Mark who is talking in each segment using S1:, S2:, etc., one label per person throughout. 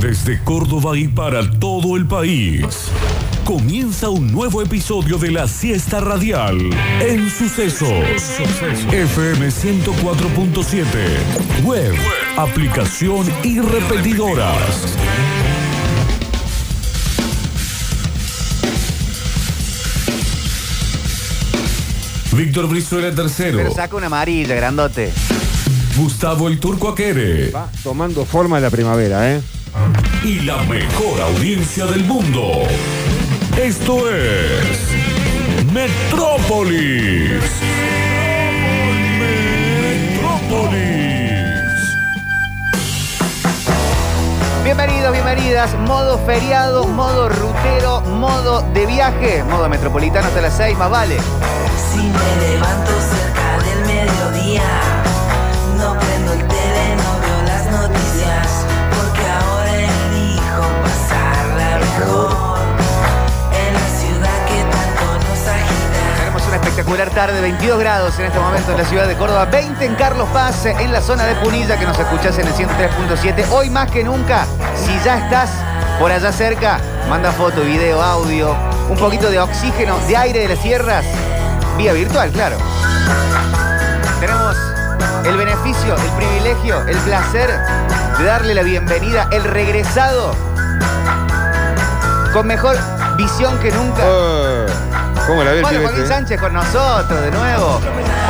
S1: Desde Córdoba y para todo el país. Comienza un nuevo episodio de la siesta radial en Sucesos. FM 104.7. Web, aplicación y repetidoras. Víctor Brizuela
S2: Pero
S1: III.
S2: saca una amarilla, grandote.
S1: Gustavo el Turco Aquere.
S3: Va tomando forma la primavera, ¿eh?
S1: y la mejor audiencia del mundo. Esto es Metrópolis. Metrópolis.
S2: Bienvenidos, bienvenidas. Modo feriado, modo rutero, modo de viaje, modo metropolitano hasta las 6, más vale.
S4: Si me levanto cerca del mediodía, no prendo el tele, no veo las noticias, porque ahora elijo pasarla mejor en la ciudad que tanto nos agita.
S2: Tenemos una espectacular tarde, 22 grados en este momento en la ciudad de Córdoba, 20 en Carlos Paz, en la zona de Punilla, que nos escuchás en el 103.7. Hoy más que nunca, si ya estás por allá cerca, manda foto, video, audio, un poquito de oxígeno, de aire de las sierras, vía virtual, claro. Tenemos el beneficio, el privilegio, el placer de darle la bienvenida, el regresado, con mejor visión que nunca.
S3: Eh, ¿Cómo la ve el
S2: Bueno,
S3: pibe
S2: Joaquín
S3: este?
S2: Sánchez con nosotros de nuevo,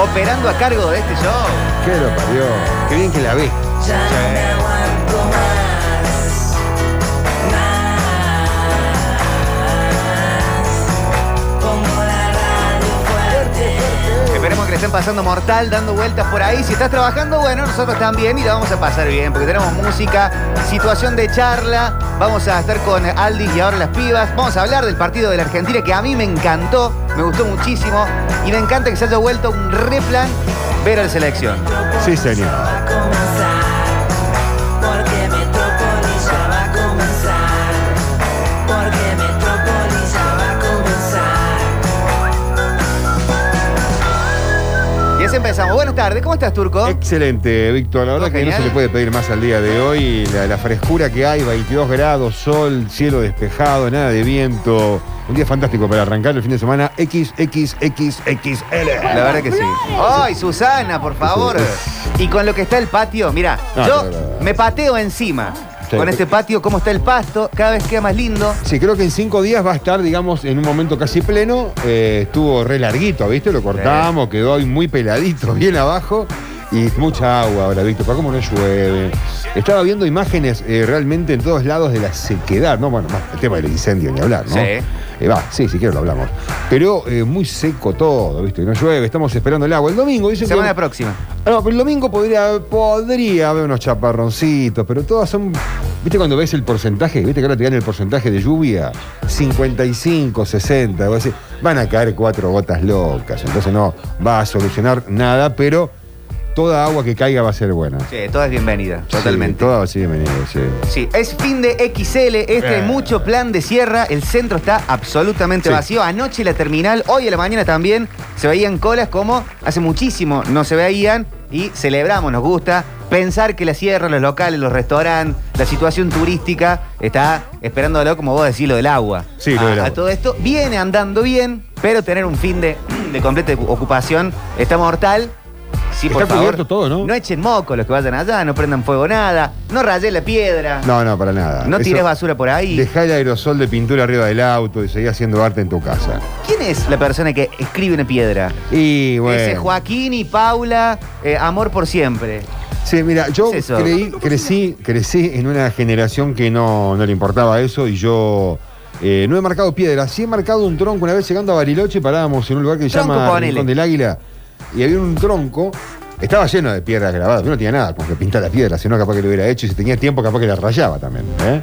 S2: operando a cargo de este show.
S3: ¿Qué lo parió? Qué bien que la ve.
S4: Ya no me aguanto más, más. Pongo la radio fuerte.
S2: Esperemos que le estén pasando mortal, dando vueltas por ahí. Si estás trabajando, bueno, nosotros también y la vamos a pasar bien, porque tenemos música, situación de charla. Vamos a estar con Aldi y ahora las pibas. Vamos a hablar del partido de la Argentina que a mí me encantó, me gustó muchísimo y me encanta que se haya vuelto un replan ver a la selección.
S3: Sí, señor.
S4: Va a comenzar, porque Metrópolis ya va a comenzar, porque Metrópolis ya va a comenzar.
S2: Y así empezamos. Buenas tardes, ¿cómo estás, Turco?
S3: Excelente, Víctor. La verdad
S2: Todo
S3: que no
S2: Oh. genial.
S3: se le puede pedir más al día de hoy. La, la frescura que hay, 22 grados, sol, cielo despejado, nada de viento. Un día fantástico para arrancar el fin de semana. XXXXXL.
S2: La verdad que sí. ¡Ay, Susana, por favor! Y con lo que está el patio, mira,
S3: No,
S2: yo
S3: no, no.
S2: me pateo encima.
S3: Sí.
S2: Con este patio, cómo está el pasto, cada vez queda más lindo.
S3: Sí, creo que en cinco días va a estar, digamos, en un momento casi pleno. Eh, estuvo re larguito, ¿viste? Lo cortamos, quedó ahí muy peladito, bien abajo. Y mucha agua ahora, Víctor, para cómo no llueve. Estaba viendo imágenes eh, realmente en todos lados de la sequedad, ¿no? Bueno, más el tema del incendio, ni hablar, ¿no?
S2: Sí.
S3: Eh, va, sí, si quiero lo hablamos. Pero eh, muy seco todo, ¿viste? No llueve, estamos esperando el agua. El domingo, dicen que-
S2: Semana próxima.
S3: Ah, No, pero el domingo podría, podría haber unos chaparroncitos, pero todas son. ¿Viste cuando ves el porcentaje? ¿Viste que ahora te dan el porcentaje de lluvia? 55, 60, algo así. Van a caer cuatro gotas locas. Entonces no va a solucionar nada, pero toda agua que caiga va a ser buena.
S2: Sí, toda es bienvenida,
S3: Sí,
S2: totalmente.
S3: toda va a ser bienvenida, sí.
S2: Sí, es fin de XL, este
S3: Eh.
S2: mucho plan de sierra, el centro está absolutamente
S3: Sí.
S2: vacío, anoche la terminal, hoy a la mañana también, se veían colas como hace muchísimo no se veían y celebramos, nos gusta pensar que la sierra, los locales, los restaurantes, la situación turística está esperándolo, como vos decís, lo del agua.
S3: Sí, lo del
S2: A-
S3: agua.
S2: A todo esto viene andando bien, pero tener un fin de, de completa ocupación está mortal. Sí,
S3: Está
S2: por favor.
S3: cubierto todo, ¿no?
S2: No echen moco los que vayan allá, no prendan fuego nada, no rayen la piedra.
S3: No, no, para nada.
S2: No
S3: Eso-
S2: tires basura por ahí.
S3: Dejá el aerosol de pintura arriba del auto y seguí haciendo arte en tu casa.
S2: ¿Quién es la persona que escribe una piedra?
S3: Y bueno.
S2: Dice Joaquín y Paula, eh, amor por siempre.
S3: Sí, mira, yo
S2: ¿Qué es eso?
S3: creí- crecí, crecí en una generación que no, no le importaba eso y yo eh, no he marcado piedras. Sí he marcado un tronco. Una vez llegando a Bariloche parábamos en un lugar que se
S2: Tronco,
S3: llama
S2: ponele.
S3: Rincón del Águila y había un tronco. Estaba lleno de piedras grabadas. Yo no tenía nada con que pintar la piedra, sino capaz que lo hubiera hecho y si tenía tiempo capaz que la rayaba también. ¿eh?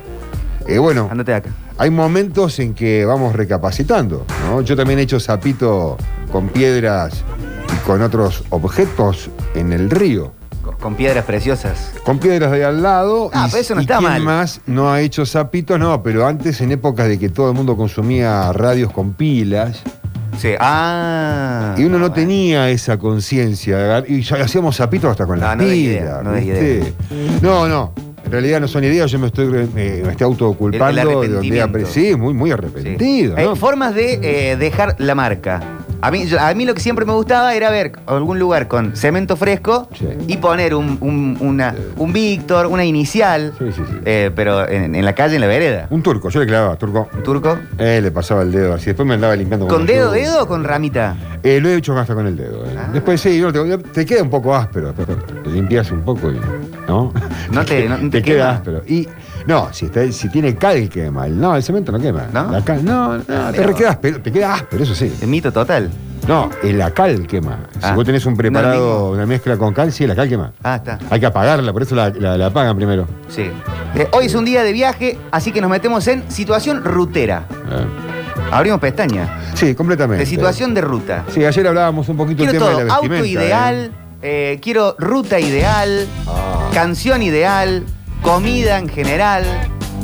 S3: Eh, bueno,
S2: Ándate de acá.
S3: hay momentos en que vamos recapacitando. ¿no? Yo también he hecho zapito con piedras y con otros objetos en el río
S2: Con, con piedras preciosas.
S3: con piedras de al lado.
S2: Ah,
S3: y,
S2: pero eso no
S3: y
S2: está
S3: quién
S2: mal.
S3: más no ha hecho zapitos, no, pero antes en épocas de que todo el mundo consumía radios con pilas
S2: Sí. Ah.
S3: y uno no
S2: bueno.
S3: tenía esa conciencia de agar- y ya hacíamos zapitos hasta con
S2: No,
S3: las
S2: no des
S3: pilas.
S2: idea, no des
S3: ¿viste? No, no. En realidad no son ideas, yo me estoy, eh, me estoy autoculpando.
S2: El- el
S3: de donde apre-
S2: arrepentimiento.
S3: sí, muy, muy
S2: Sí.
S3: arrepentido.
S2: Hay
S3: ¿no?
S2: formas de eh, dejar la marca. A mí, yo- a mí lo que siempre me gustaba era ver algún lugar con cemento fresco
S3: Sí.
S2: y poner un, un, una- un Víctor, una inicial,
S3: Sí, sí, sí.
S2: eh, pero en, en la calle, en la vereda.
S3: Un turco, yo le clavaba, turco.
S2: ¿Un turco?
S3: Eh, le pasaba el dedo así. Después me andaba limpiando
S2: ¿Con
S3: la
S2: dedo,
S3: lluvia.
S2: dedo o con ramita?
S3: Eh, lo he hecho hasta con el dedo.
S2: Ah.
S3: eh. Después sí, yo te, te queda un poco áspero. pero Te limpias un poco y. ¿No?
S2: No te- no te quema.
S3: queda áspero. Y. No, si, está- si tiene cal quema. El- No, el cemento no quema.
S2: ¿No? Ah,
S3: La cal- no, no, te,
S2: Pero-
S3: re queda áspero, te queda áspero, eso sí.
S2: Es mito total.
S3: No, eh, la cal quema. Si
S2: Ah.
S3: vos tenés un
S2: No, el
S3: preparado,
S2: mismo.
S3: una mezcla con cal, sí, la cal quema.
S2: Ah, está.
S3: Hay que apagarla, por eso la, la- la apagan primero.
S2: Sí. Eh, hoy es un día de viaje, así que nos metemos en situación rutera.
S3: Eh,
S2: Abrimos pestaña.
S3: Sí, completamente.
S2: De situación de ruta.
S3: Sí, ayer hablábamos un poquito
S2: Quiero
S3: del tema de
S2: todo.
S3: la
S2: Auto
S3: vestimenta. ¿eh?
S2: ideal, eh, quiero ruta ideal,
S3: Ah.
S2: canción ideal, comida en general,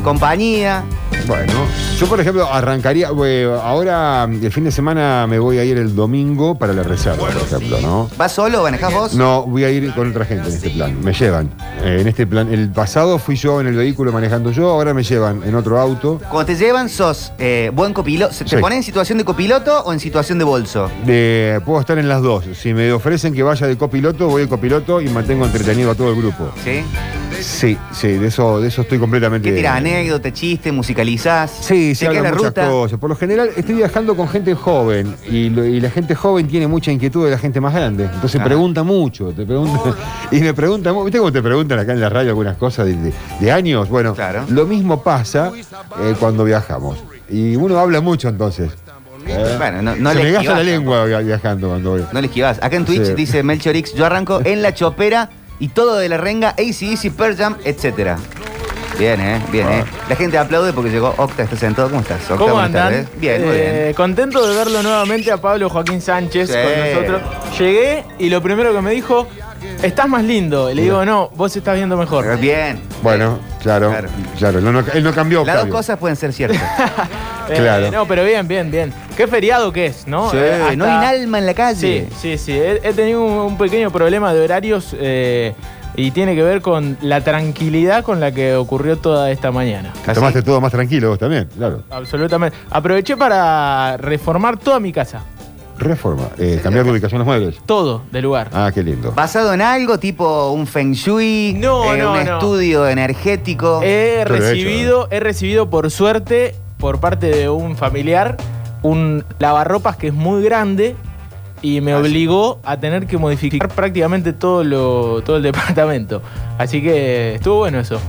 S2: compañía.
S3: Bueno, yo por ejemplo arrancaría, eh, ahora mm, el fin de semana me voy a ir el domingo para la reserva, por ejemplo, ¿no?
S2: ¿Vas solo o manejás vos?
S3: No, voy a ir con otra gente en este plan, me llevan. Eh, en este plan, el pasado fui yo en el vehículo manejando yo, ahora me llevan en otro auto.
S2: Cuando te llevan, sos eh, buen copiloto. ¿Te
S3: Sí.
S2: pones en situación de copiloto o en situación de bolso?
S3: Eh, puedo estar en las dos. Si me ofrecen que vaya de copiloto, voy de copiloto y mantengo entretenido a todo el grupo.
S2: ¿Sí?
S3: Sí, sí, de eso, de eso estoy completamente.
S2: ¿Qué tirás? ¿Anécdota, chiste, musicalizás?
S3: Sí,
S2: ¿Te
S3: se
S2: queda
S3: hablan
S2: la
S3: muchas
S2: ruta?
S3: cosas. Por lo general, estoy viajando con gente joven y, lo- y la gente joven tiene mucha inquietud de la gente más grande. Entonces
S2: Ah.
S3: pregunta mucho, te pregunta y me pregunta, mu- ¿viste cómo te preguntan acá en la radio algunas cosas de, de- de años? Bueno,
S2: Claro.
S3: lo mismo pasa eh, cuando viajamos y uno habla mucho entonces.
S2: Bueno, no, no
S3: se
S2: le
S3: me gasta la
S2: esquivás,
S3: lengua via- viajando cuando voy.
S2: No le esquivás. Acá en Twitch
S3: Sí.
S2: dice Melchorix, yo arranco en la chopera y todo de la renga, ACDC, Pearl Jam, etc. Bien, ¿eh? Bien, ¿eh?
S3: Ah.
S2: La gente aplaude porque llegó Octa, está sentado. ¿Cómo estás, Octa?
S5: ¿Cómo
S2: Buenas
S5: andan?
S2: tardes. Bien, muy
S5: Eh,
S2: bien.
S5: Contento de verlo nuevamente a Pablo Joaquín Sánchez
S2: Sí.
S5: con nosotros. Llegué y lo primero que me dijo, estás más lindo. Y le digo, no, vos estás viendo mejor.
S2: Bien.
S3: Bueno, claro,
S2: Claro.
S3: claro. no- no- él no cambió.
S2: Las dos
S3: Octavio.
S2: cosas pueden ser ciertas.
S5: Eh,
S3: claro.
S5: no, pero bien, bien, bien. Qué feriado que es, ¿no?
S2: Sí,
S5: Eh, hasta-
S2: no hay un alma en la
S5: Sí,
S2: calle.
S5: sí, sí. He, he tenido un, un pequeño problema de horarios eh, y tiene que ver con la tranquilidad con la que ocurrió toda esta mañana.
S3: Te Tomaste todo más tranquilo vos también, claro.
S5: Absolutamente. Aproveché para reformar toda mi casa.
S3: Reforma, eh, cambiar de ubicación los muebles.
S5: Todo de lugar.
S3: Ah, qué lindo.
S2: ¿Basado en algo tipo un feng shui? eh,
S5: No, no,
S2: ¿Un
S5: no. Eh,
S2: estudio energético?
S5: He
S3: Yo lo he
S5: recibido, he recibido por suerte, por parte de un familiar, un lavarropas que es muy grande y
S3: Ah,
S5: me obligó a tener que modificar prácticamente todo lo, todo el departamento. Así que estuvo bueno eso.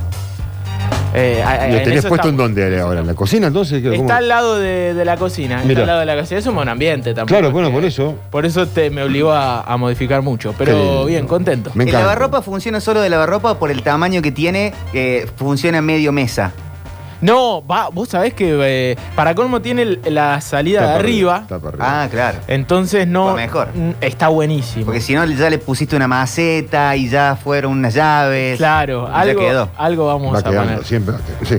S5: Eh, a- a-
S3: ¿Lo
S5: en
S3: tenés
S5: eso
S3: puesto en
S5: estamos.
S3: dónde ahora? ¿En la cocina entonces? ¿Qué- cómo?
S5: Está al lado de, de la cocina, está
S3: Mira.
S5: al lado de la cocina. Es un buen ambiente también.
S3: Claro, bueno, por eso.
S5: Por eso te, me obligó a, a modificar mucho,
S3: Qué lindo.
S5: pero bien, contento.
S3: Me
S2: ¿El
S3: encanta.
S2: lavarropa funciona solo de lavarropa o por el tamaño que tiene? eh, funciona medio mesa.
S5: No, va, vos sabés que eh, para colmo tiene el- la salida
S3: Está
S5: de
S3: para
S5: arriba.
S3: Está para arriba.
S2: Ah, claro.
S5: Entonces no.
S2: Lo mejor.
S5: Mm, Está buenísimo.
S2: Porque si no, ya le pusiste una maceta y ya fueron unas llaves.
S5: claro,
S2: Ya
S5: algo,
S2: quedó.
S5: algo vamos
S3: va
S5: a
S3: quedando,
S5: poner.
S3: siempre. va quedando, sí.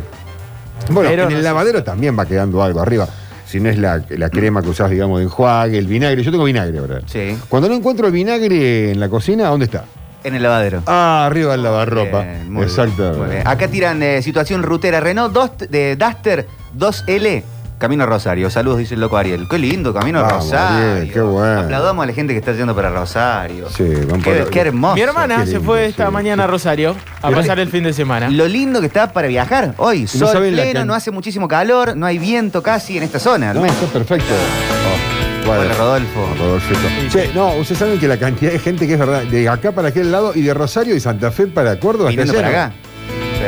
S3: Bueno,
S5: Pero
S3: en
S5: no
S3: el
S5: sé.
S3: lavadero también va quedando algo arriba. Si no es la, la crema que usás, digamos, de enjuague, el vinagre. Yo tengo vinagre ahora.
S2: Sí.
S3: Cuando no encuentro el vinagre en la cocina, ¿dónde está?
S2: En el lavadero.
S3: Ah, arriba del lavarropa.
S2: Bien, muy
S3: Exacto. Ah,
S2: bien, muy bien. Acá tiran eh, situación rutera Renault dos- de Duster 2L. Camino a Rosario. Saludos, dice el loco Ariel. Qué lindo, Camino a
S3: Vamos,
S2: Rosario.
S3: Ariel, qué bueno.
S2: Aplaudamos a la gente que está yendo para Rosario.
S3: Sí, van
S2: qué,
S3: por-
S2: qué hermoso.
S5: Mi hermana
S3: qué
S5: se
S3: lindo,
S5: fue esta
S3: sí,
S5: mañana a Rosario a
S3: Mira.
S5: pasar el fin de semana.
S2: Lo lindo que está para viajar hoy. Sol
S3: saben la
S2: pleno,
S3: can-
S2: no hace muchísimo calor, no hay viento casi en esta zona. al
S3: No,
S2: menos.
S3: está perfecto. Oh, bueno.
S2: Hola, Rodolfo.
S3: Ah, Rodolfito. Che, no, ustedes saben que la cantidad de gente que es verdad, de acá para aquel lado y de Rosario y Santa Fe para Córdoba está
S2: Viniendo para
S3: lleno.
S2: acá.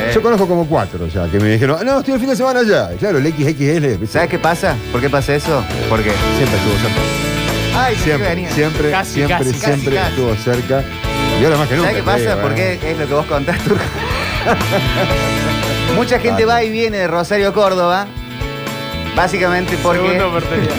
S2: Sí.
S3: Yo conozco como cuatro ya, que me dijeron, no, estoy el fin de semana allá. Claro, el XXL. ¿viste?
S2: ¿Sabes qué pasa? ¿Por qué pasa eso? Porque.
S3: Siempre estuvo cerca.
S2: Ay, sí,
S3: Siempre,
S2: venía.
S3: siempre,
S5: Casi,
S3: siempre,
S5: casi,
S2: casi,
S3: siempre
S2: casi.
S3: estuvo cerca. Y ahora más que nunca.
S2: ¿Sabes qué pasa?
S3: creo,
S2: Porque
S3: ¿eh?
S2: es lo que vos contás tú. Mucha gente
S3: Vale.
S2: va y viene de Rosario a Córdoba. Básicamente porque.
S5: Segunda oportunidad.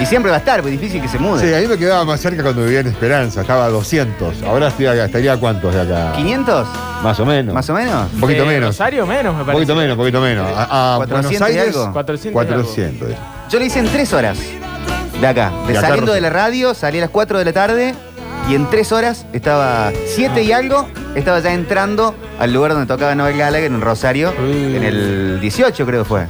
S2: Y siempre va a estar, porque es difícil que se mude.
S3: Sí, a mí me quedaba más cerca cuando vivía en Esperanza, estaba a 200. Ahora estoy acá, estaría a cuántos de acá.
S2: ¿500?
S3: Más o menos.
S2: ¿Más o menos?
S3: Un poquito
S5: De
S3: menos.
S5: Rosario menos, me
S3: Un
S5: parece.
S3: poquito menos, un poquito menos. A, a
S2: 400
S3: Buenos
S2: y
S3: Aires,
S2: algo.
S5: 400 y algo.
S3: 400.
S2: Yo lo hice en 3 horas. De acá. De
S3: De acá,
S2: saliendo
S3: Rocío.
S2: de la radio, salí a las 4 de la tarde y en 3 horas estaba 7 y algo, estaba ya entrando al lugar donde tocaba Noel Gallagher en Rosario,
S5: Mm.
S2: en el 18 creo que fue.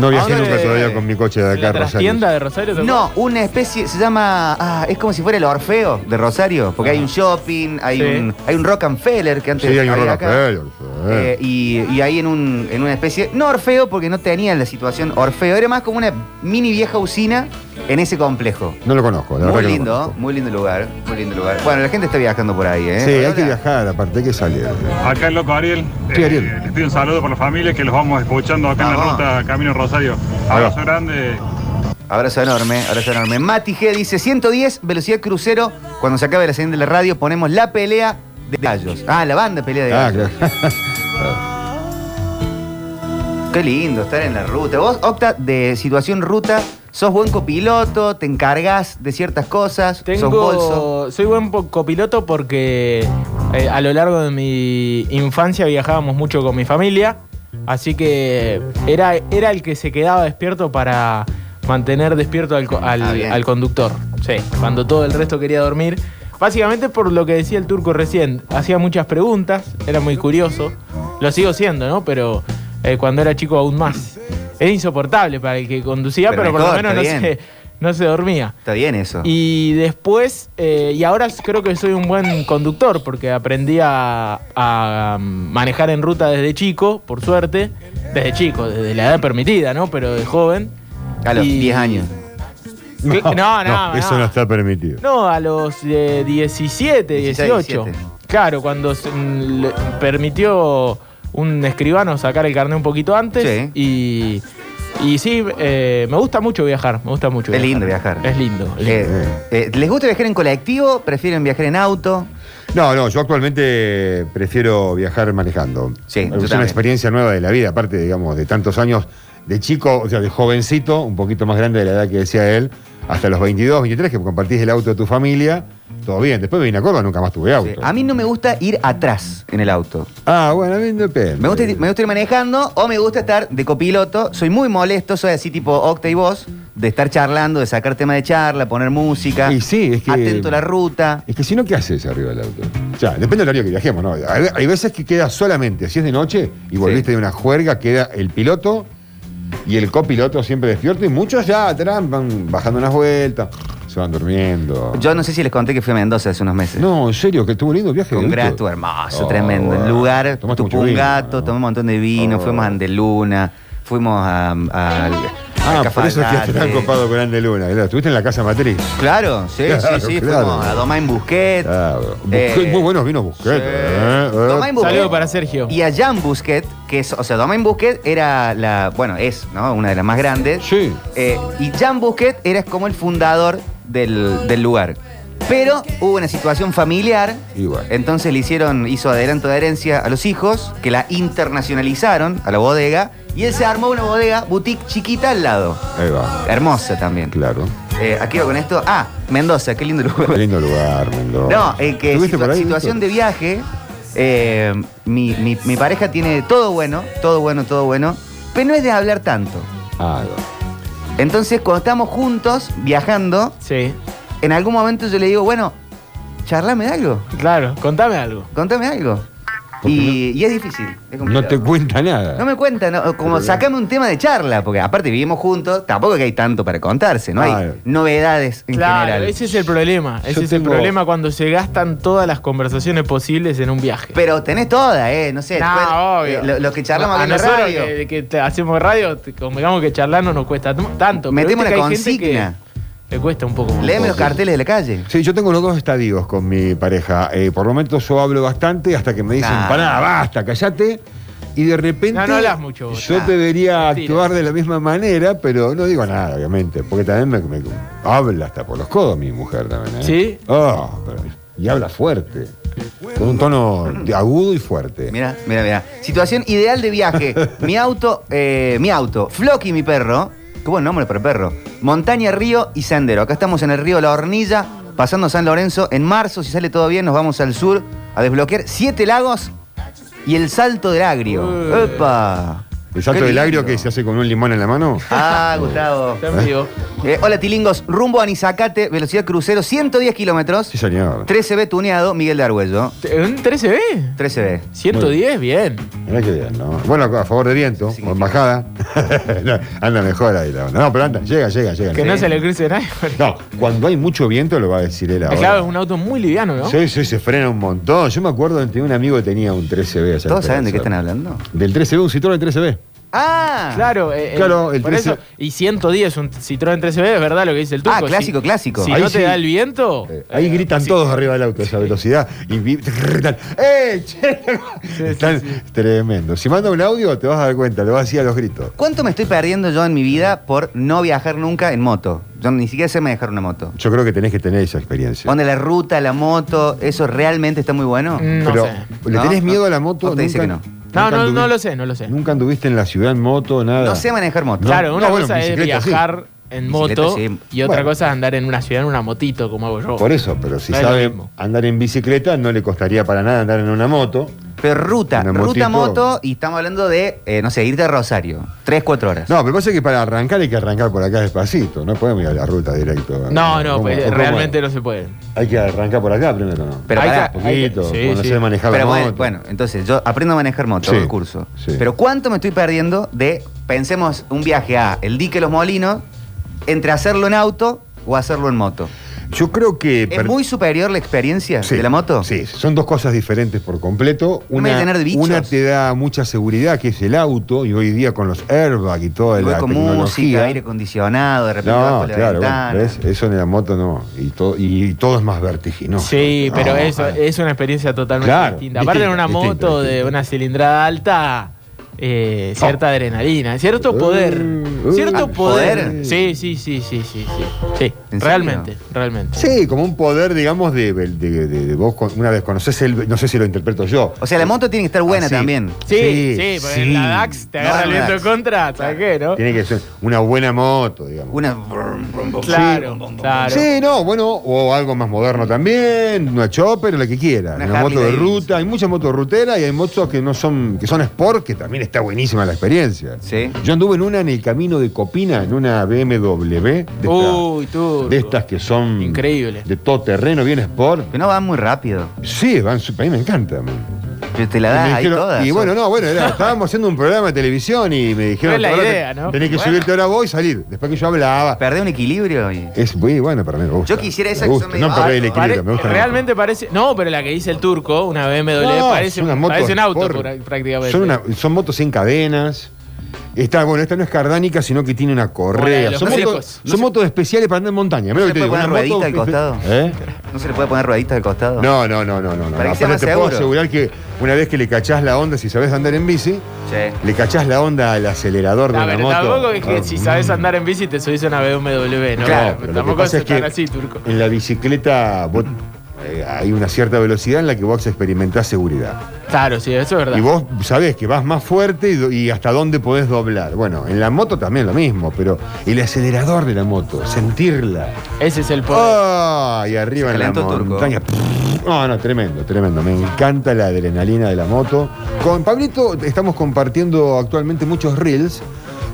S3: No viajé
S2: Ahora,
S3: nunca
S2: eh,
S3: todavía con mi coche de acá,
S5: ¿La trastienda
S3: Rosario.
S5: de Rosario? te
S2: No,
S5: acuerdas?
S2: una especie, se llama, ah, es como si fuera el Orfeo de Rosario, porque hay un shopping, hay,
S5: Sí.
S2: un, hay un Rock and Feller que
S3: Sí,
S2: antes
S3: hay un
S2: había acá.
S3: Rockefeller.
S2: Eh,
S3: eh.
S2: y, y ahí en, un, en una especie, no Orfeo, porque no tenía la situación Orfeo, era más como una mini vieja usina en ese complejo.
S3: No lo conozco, la
S2: Muy
S3: verdad que no lo
S2: lindo,
S3: conozco.
S2: muy lindo lugar, muy lindo lugar. Bueno, la gente está viajando por ahí, ¿eh?
S3: Sí, hay
S2: Hola.
S3: que viajar, aparte hay que salir.
S6: Acá el loco Ariel. eh,
S3: Sí, Ariel.
S6: les pido un saludo por la familia que los vamos escuchando acá en la
S2: Vamos.
S6: ruta Camino Rosario.
S3: va.
S6: Abrazo grande.
S2: Abrazo enorme, abrazo enorme. Mati G dice 110, velocidad crucero. Cuando se acabe la señal de la radio ponemos la pelea de gallos. Ah, la banda pelea de
S3: Ah,
S2: gallos.
S3: claro.
S2: Qué lindo estar en la ruta. Vos, Octa, de situación ruta, sos buen copiloto, te encargas de ciertas cosas, sos bolso.
S5: Tengo, soy buen po- copiloto porque eh, a lo largo de mi infancia viajábamos mucho con mi familia, así que era, era el que se quedaba despierto para mantener despierto al, co- al-
S2: Ah, bien.
S5: al conductor. Sí, cuando todo el resto quería dormir. Básicamente por lo que decía el turco recién, hacía muchas preguntas, era muy curioso, lo sigo siendo, ¿no? Pero eh, cuando era chico aún más. Era insoportable para el que conducía,
S2: Pero
S5: pero, por lo
S2: mejor,
S5: menos no
S2: está bien.
S5: se, no se dormía.
S2: Está bien eso.
S5: Y después, eh, y ahora creo que soy un buen conductor porque aprendí a, a um, manejar en ruta desde chico, por suerte. Desde chico, desde la edad permitida, ¿no? Pero de joven.
S2: a los
S5: y-
S2: 10 años.
S5: Cl- No, no, no.
S3: Eso no está permitido.
S5: No, a los eh, 17,
S2: 16,
S5: 18.
S2: 17.
S5: Claro, cuando se- mm, le permitió un escribano sacar el carnet un poquito antes. Y, y sí, eh, me gusta mucho viajar, me gusta mucho
S2: Es lindo viajar.
S5: Es lindo. lindo.
S2: Eh, eh, ¿Les gusta viajar en colectivo? ¿Prefieren viajar en auto?
S3: No, no, yo actualmente prefiero viajar manejando.
S2: Sí, yo
S3: es
S2: también.
S3: una experiencia nueva de la vida, aparte, digamos, de tantos años de chico, o sea, de jovencito, un poquito más grande de la edad que decía él, hasta los 22, 23, que compartís el auto de tu familia, todo bien. Después me vine a Córdoba, nunca más tuve auto.
S2: Sí. Eh, Ah. A mí no me gusta ir atrás en el auto.
S3: Ah, bueno, a mí depende.
S2: Me gusta, ir- me gusta ir manejando o me gusta estar de copiloto. Soy muy molesto, soy así tipo Octa y vos, de estar charlando, de sacar tema de charla, poner música.
S3: Y sí, es que-
S2: Atento a la ruta.
S3: Es que si no, ¿qué haces arriba del auto? O sea, depende del horario que viajemos, ¿no? Hay, hay veces que queda solamente, si es de noche y volviste de una juerga, queda el piloto y el copiloto siempre despierto y muchos ya atrás van bajando unas vueltas, se van durmiendo.
S2: Yo no sé si les conté que fui a Mendoza hace unos meses.
S3: No, en serio, que tuvo un lindo viaje.
S2: Con
S3: ¿viste?
S2: Gratu, hermoso,
S3: Oh,
S2: tremendo.
S3: bueno.
S2: El lugar, tupó
S3: Tomaste mucho
S2: un
S3: vino,
S2: gato,
S3: ¿no?
S2: tomé un montón de vino,
S3: Oh.
S2: fuimos a Andeluna, fuimos a, a- al-
S3: Ah,
S2: al
S3: por eso es que
S2: Cafayate.
S3: tan copado con Ande Luna, claro. Estuviste en la casa matriz.
S2: Claro, sí,
S3: Claro,
S2: sí, sí,
S3: claro. Ah,
S2: fuimos a Domain Busquet.
S3: Claro.
S2: Eh,
S3: Busquets, muy buenos vinos Busquets.
S2: sí.
S3: eh, eh.
S2: Domain Busquet.
S5: Saludo para Sergio.
S2: Y a Jan Busquet, que es, o sea, Domain Busquet era la, bueno, es, ¿no? Una de las más grandes.
S3: Sí.
S2: Eh, y Jan Busquet era como el fundador del, del lugar. Pero hubo una situación familiar.
S3: Y bueno.
S2: Entonces le hicieron, hizo adelanto de herencia a los hijos, que la internacionalizaron a la bodega. Y él se armó una bodega boutique chiquita al lado.
S3: Ahí va.
S2: Hermosa también.
S3: Claro.
S2: Eh, aquí va con esto. Ah, Mendoza, qué lindo lugar.
S3: Qué lindo lugar, Mendoza.
S2: No, eh, que
S3: ¿Estuviste
S2: situa-
S3: por ahí,
S2: situación
S3: Víctor?
S2: de viaje. eh, mi, mi- mi pareja tiene todo bueno, todo bueno, todo bueno, pero no es de hablar tanto.
S3: Ah, no.
S2: Entonces, cuando estamos juntos viajando,
S5: Sí,
S2: en algún momento yo le digo, bueno, charlame de algo,
S5: claro, contame algo.
S2: contame algo.
S3: Porque
S2: Y, y es difícil. es complicado.
S3: No te cuenta nada.
S2: No me cuenta, no, como sacame un tema de charla, porque aparte vivimos juntos, tampoco es que hay tanto para contarse, no
S3: Claro.
S2: hay novedades en
S5: Claro,
S2: general.
S5: ese es el problema. Ese
S3: Yo
S5: es el
S3: tengo-
S5: problema cuando se gastan todas las conversaciones posibles en un viaje.
S2: Pero tenés toda, ¿eh? No sé,
S5: No,
S2: después,
S5: obvio.
S2: eh, lo, lo que charlamos
S5: a
S2: acá en la
S5: nosotros
S2: radio.
S5: Que, que te- hacemos radio, te- como digamos que charlar no nos cuesta t- tanto. pero
S2: Metemos
S5: viste
S2: una
S5: que hay gente
S2: consigna.
S5: que Le cuesta un poco.
S2: Léeme los carteles de la calle.
S3: Sí, yo tengo los dos estadios con mi pareja. Eh, por momentos yo hablo bastante hasta que me dicen,
S2: Nah.
S3: pará, basta, callate. Y de repente.
S5: No, no hablas mucho vos.
S3: Yo
S2: Nah.
S3: debería
S5: Mentira.
S3: actuar de la misma manera, pero no digo nada, obviamente. Porque también me, me- habla hasta por los codos mi mujer también. ¿eh?
S5: ¿Sí?
S3: Ah, pero- y habla fuerte. Con un tono de agudo y fuerte.
S2: Mira, mira, mira. Situación ideal de viaje. Mi auto, eh, mi auto, Floki, mi perro. Qué buen nombre para perro. Montaña, río y sendero. Acá estamos en el río La Hornilla, pasando San Lorenzo. En marzo, si sale todo bien, nos vamos al sur a desbloquear siete lagos y el salto del agrio.
S5: Uy.
S2: ¡Epa!
S3: El salto
S2: Qué
S3: del agrio
S2: lindo.
S3: que se hace con un limón en la mano.
S2: Ah, Gustavo.
S5: Está en vivo.
S2: Eh, hola, tilingos. Rumbo a Nizacate, velocidad crucero, 110 kilómetros.
S3: Sí, señor.
S2: 13B tuneado, Miguel de Argüello.
S5: ¿Un 13B?
S2: 13B.
S5: 110, bien.
S3: Mirá qué bien, ¿no? Bueno, a favor de viento,
S2: Sí.
S3: o embajada. anda mejor ahí la onda. No, pero anda, llega, llega, llega.
S5: Que no se le cruce a nadie.
S3: No, cuando hay mucho viento lo va a decir él ahora.
S5: Claro, es un auto muy liviano, ¿no?
S3: Sí, sí, se frena un montón. Yo me acuerdo de un amigo que tenía un 13B. allá en
S2: ¿Todos saben de qué están
S3: Esperanza.
S2: hablando?
S3: Del 13B, un Citroën 13B.
S2: Ah,
S5: Claro, eh, eh,
S3: Claro, el
S5: por
S3: 13.
S5: eso. Y 110, un Citroën 13B, es verdad lo que dice el turco.
S2: Ah, clásico,
S5: Si-
S2: clásico.
S5: Si
S3: Ahí
S5: no te
S3: sí.
S5: da el viento.
S3: Eh, ahí
S5: eh,
S3: gritan todos arriba del auto a esa velocidad. Y vi- gritan, ¡eh! che! Están- Tremendo. Si manda un audio, te vas a dar cuenta, lo vas a decir a los gritos.
S2: ¿Cuánto me estoy perdiendo yo en mi vida por no viajar nunca en moto? Yo ni siquiera sé manejar una moto.
S3: Yo creo que tenés que tener esa experiencia.
S2: Donde la ruta, la moto, eso realmente está muy bueno.
S5: No
S3: Pero,
S5: sé.
S3: ¿le
S2: No,
S3: tenés
S2: no.
S3: miedo a la moto?
S2: No te dice
S3: Nunca-
S2: que no.
S5: No,
S3: nunca
S5: no, no
S3: anduvi-
S5: lo sé, no lo sé.
S3: Nunca anduviste en la ciudad en moto, nada.
S2: No sé manejar moto.
S5: Claro, una
S3: No, bueno,
S5: cosa es
S3: bicicleta, sí.
S5: viajar en
S2: Bicicleta,
S5: moto
S2: sí.
S5: y otra
S3: Bueno.
S5: cosa es andar en una ciudad en una motito, como hago yo.
S3: Por eso, pero si
S5: No es lo
S3: sabe
S5: mismo.
S3: andar en bicicleta, no le costaría para nada andar en una moto.
S2: Pero ruta,
S3: Una
S2: ruta
S3: motito.
S2: moto y estamos hablando de, eh, no sé, irte a Rosario. Tres, cuatro horas.
S3: No, pero pasa que para arrancar hay que arrancar por acá despacito, no podemos ir a la ruta directo.
S5: No, no,
S3: ¿Cómo-
S5: pues,
S3: cómo
S5: realmente
S3: es?
S5: no se puede.
S3: Hay que arrancar por acá primero, ¿no?
S2: Pero
S5: Hay
S2: pará,
S5: que- hay que-
S3: poquito,
S5: sí,
S3: cuando
S5: sí.
S3: se manejar
S2: Pero
S3: la
S2: bueno,
S3: moto.
S2: bueno, entonces yo aprendo a manejar moto,
S3: Sí,
S2: hago el curso.
S3: sí.
S2: Pero ¿cuánto me estoy perdiendo de, pensemos, un viaje a El Dique Los Molinos, entre hacerlo en auto o hacerlo en moto?
S3: Yo creo que...
S2: ¿Es
S3: per-
S2: muy superior la experiencia
S3: Sí,
S2: de la moto?
S3: Sí, son dos cosas diferentes por completo.
S2: No me voy a
S3: Una,
S2: llenar de bichos.
S3: una te da mucha seguridad, que es el auto, y hoy día con los airbags y toda
S2: Y voy
S3: la
S2: con música,
S3: tecnología.
S2: aire acondicionado, de repente
S3: no,
S2: bajo la
S3: claro, bueno,
S2: ventana.
S3: ¿ves? eh, eso en la moto no. Y, todo y todo es más vertiginoso.
S5: sí,
S3: No,
S5: pero eso
S3: ah,
S5: es una experiencia totalmente
S3: Claro,
S5: distinta. Aparte en
S3: distinta,
S5: una
S3: distinta,
S5: moto de
S3: distinta. Oh.
S5: una cilindrada alta, eh, cierta adrenalina, cierto
S3: Uh,
S5: poder.
S3: uh,
S5: cierto
S3: ah,
S5: poder.
S2: ¿poder?
S5: Sí, sí, sí, sí, sí, sí. Sí,
S2: ¿En serio?
S5: realmente, realmente.
S3: Sí, como un poder, digamos, de, de- de- de- de vos, con- una vez conocés el, no sé si lo interpreto yo.
S2: O sea, la moto tiene que estar buena
S3: eh, Así.
S2: también.
S5: Sí, sí,
S3: Sí,
S5: porque
S3: sí.
S5: la DAX te
S2: No,
S5: agarra
S2: no,
S5: el viento
S2: Dax.
S5: en contra, ¿sabes qué, no?
S3: Tiene que ser una buena moto, digamos.
S2: Una...
S5: Claro, claro.
S3: Sí, no, bueno, o algo más moderno también, una chopper, la que quiera,
S2: Una
S3: una,
S2: Harley
S3: moto de
S2: Davidson.
S3: ruta, hay muchas motos ruteras y hay motos que no son, que son sport, que también está buenísima la experiencia.
S2: Sí.
S3: Yo anduve en una en el camino de Copina, en una BMW de, esta-
S2: Uh,
S5: Uy, tú.
S3: de estas que son
S5: Increíble.
S3: de todo terreno, bien sport.
S2: Que no va muy rápido.
S3: Sí, van super- a mí me encanta. man.
S2: Pero te la
S3: Y me
S2: das ahí
S3: dijeron-
S2: Ah, todas.
S3: y bueno, no, bueno, era- estábamos haciendo un programa de televisión y me dijeron,
S5: No es la
S3: "Ahora te-
S5: idea, ¿no?"
S3: tenés que
S5: Bueno.
S3: subirte ahora vos y salir. Después que yo hablaba.
S2: Perdés un equilibrio y...
S3: Es muy bueno para mí, me gusta.
S2: Yo quisiera esa
S3: Me
S2: que
S3: gusta.
S2: son medio
S3: No perder el
S2: alto.
S3: equilibrio, me gusta.
S5: realmente parece. No, pero la que dice el turco, una BMW,
S3: No,
S5: parece,
S3: son unas motos
S5: parece un auto
S3: sport.
S5: pura- prácticamente.
S3: Son, una- son motos sin cadenas. Esta, bueno, esta no es cardánica, sino que tiene una
S5: Como la de
S3: correa.
S5: los
S3: son
S5: secos.
S3: motos, son motos especiales para andar en montaña.
S2: ¿No
S3: Mirá lo que
S2: se
S3: te
S2: puede
S3: digo,
S2: poner
S3: una
S2: ruedita
S3: moto-
S2: al ¿No se le puede poner rueditas al costado?
S3: ¿Eh? No, no, no, no, no. no.
S2: Para que sea
S3: Aparte
S2: más
S3: te
S2: seguro.
S3: puedo asegurar que una vez que le cachás la onda, si sabes andar en bici,
S2: Sí.
S3: le cachás la onda al acelerador
S5: No,
S3: de la
S5: pero
S3: moto.
S5: tampoco es que
S3: Ah,
S5: si sabes andar en bici te subís a una BMW, ¿no?
S3: Claro, pero lo que
S5: tampoco
S3: pasa
S5: es
S3: es que-
S5: tan así, turco.
S3: En la bicicleta vos- eh, hay una cierta velocidad en la que vos experimentás seguridad.
S5: Claro, sí, eso es verdad.
S3: Y vos sabés que vas más fuerte y, do- y hasta dónde podés doblar. Bueno, en la moto también lo mismo, pero el acelerador de la moto, sentirla.
S5: Ese es el poder.
S3: ¡Ah! y arriba
S2: Se
S3: en la
S2: calentó, turco.
S3: montaña. No, no, tremendo, tremendo. Me encanta la adrenalina de la moto. Con Pablito estamos compartiendo actualmente muchos reels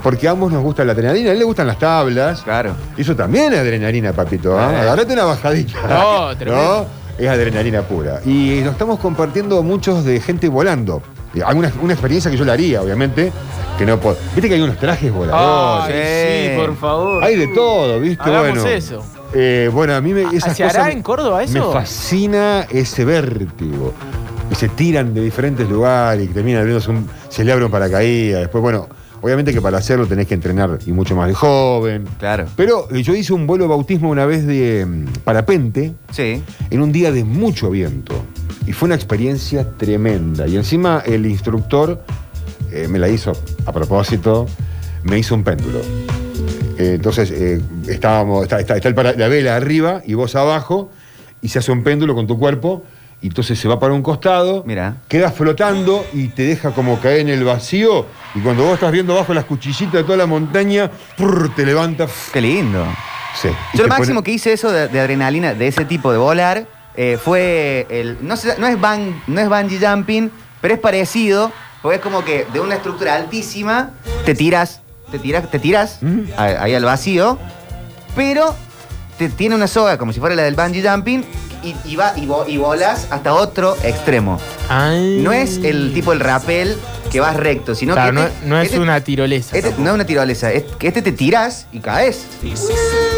S3: porque a ambos nos gusta la adrenalina. A él le gustan las tablas.
S2: Claro.
S3: Eso también es adrenalina, papito. ¿ah?
S2: Eh.
S3: Agarrate una bajadita.
S5: No, tremendo.
S3: Es adrenalina pura. Y nos estamos compartiendo muchos de gente volando. Eh, Alguna una experiencia que yo la haría, obviamente. Que no puedo. Viste que hay unos trajes voladores.
S5: Ay, sí,
S2: sí.
S5: por favor.
S3: Oh, Hay de todo, ¿viste?
S5: Hagamos
S3: bueno.
S5: eso.
S3: Eh, bueno, a mí me. Esas
S5: ¿Se hará
S3: cosas me-
S5: en Córdoba eso?
S3: Me fascina ese vértigo. Y se tiran de diferentes lugares y terminan abriéndose un. Se le abre un paracaídas. Después, bueno, obviamente que para hacerlo tenés que entrenar y mucho más de joven.
S2: Claro.
S3: Pero eh, yo hice un vuelo bautismo una vez de mm, parapente
S2: Sí.
S3: en un día de mucho viento. Y fue una experiencia tremenda. Y encima el instructor eh, me la hizo a propósito, me hizo un péndulo. Eh, entonces eh, estábamos, está, está- está el para- la vela arriba y vos abajo, y se hace un péndulo con tu cuerpo, y entonces se va para un costado,
S2: Mirá.
S3: quedas flotando y te deja como caer en el vacío, y cuando vos estás viendo abajo las cuchillitas de toda la montaña, prrr, te levanta. pff,
S2: Qué lindo.
S3: sí, y
S2: Yo
S3: te
S2: lo máximo
S3: pone-
S2: que hice eso de, de adrenalina, de ese tipo de volar, eh, fue el. No, sé, no, es ban- no es bungee jumping, pero es parecido. Porque es como que de una estructura altísima te tiras, te tiras, te tiras
S3: Mm.
S2: a- ahí al vacío, pero te tiene una soga como si fuera la del bungee jumping y, y va, y, vo- y volas hasta otro extremo.
S5: Ay.
S2: No es el tipo el rapel que vas recto, sino
S5: Claro,
S2: que
S5: no,
S2: este-
S5: no es
S2: este-
S5: una tirolesa.
S2: este-
S5: tampoco.
S2: no es una tirolesa, es que este te tiras y caes.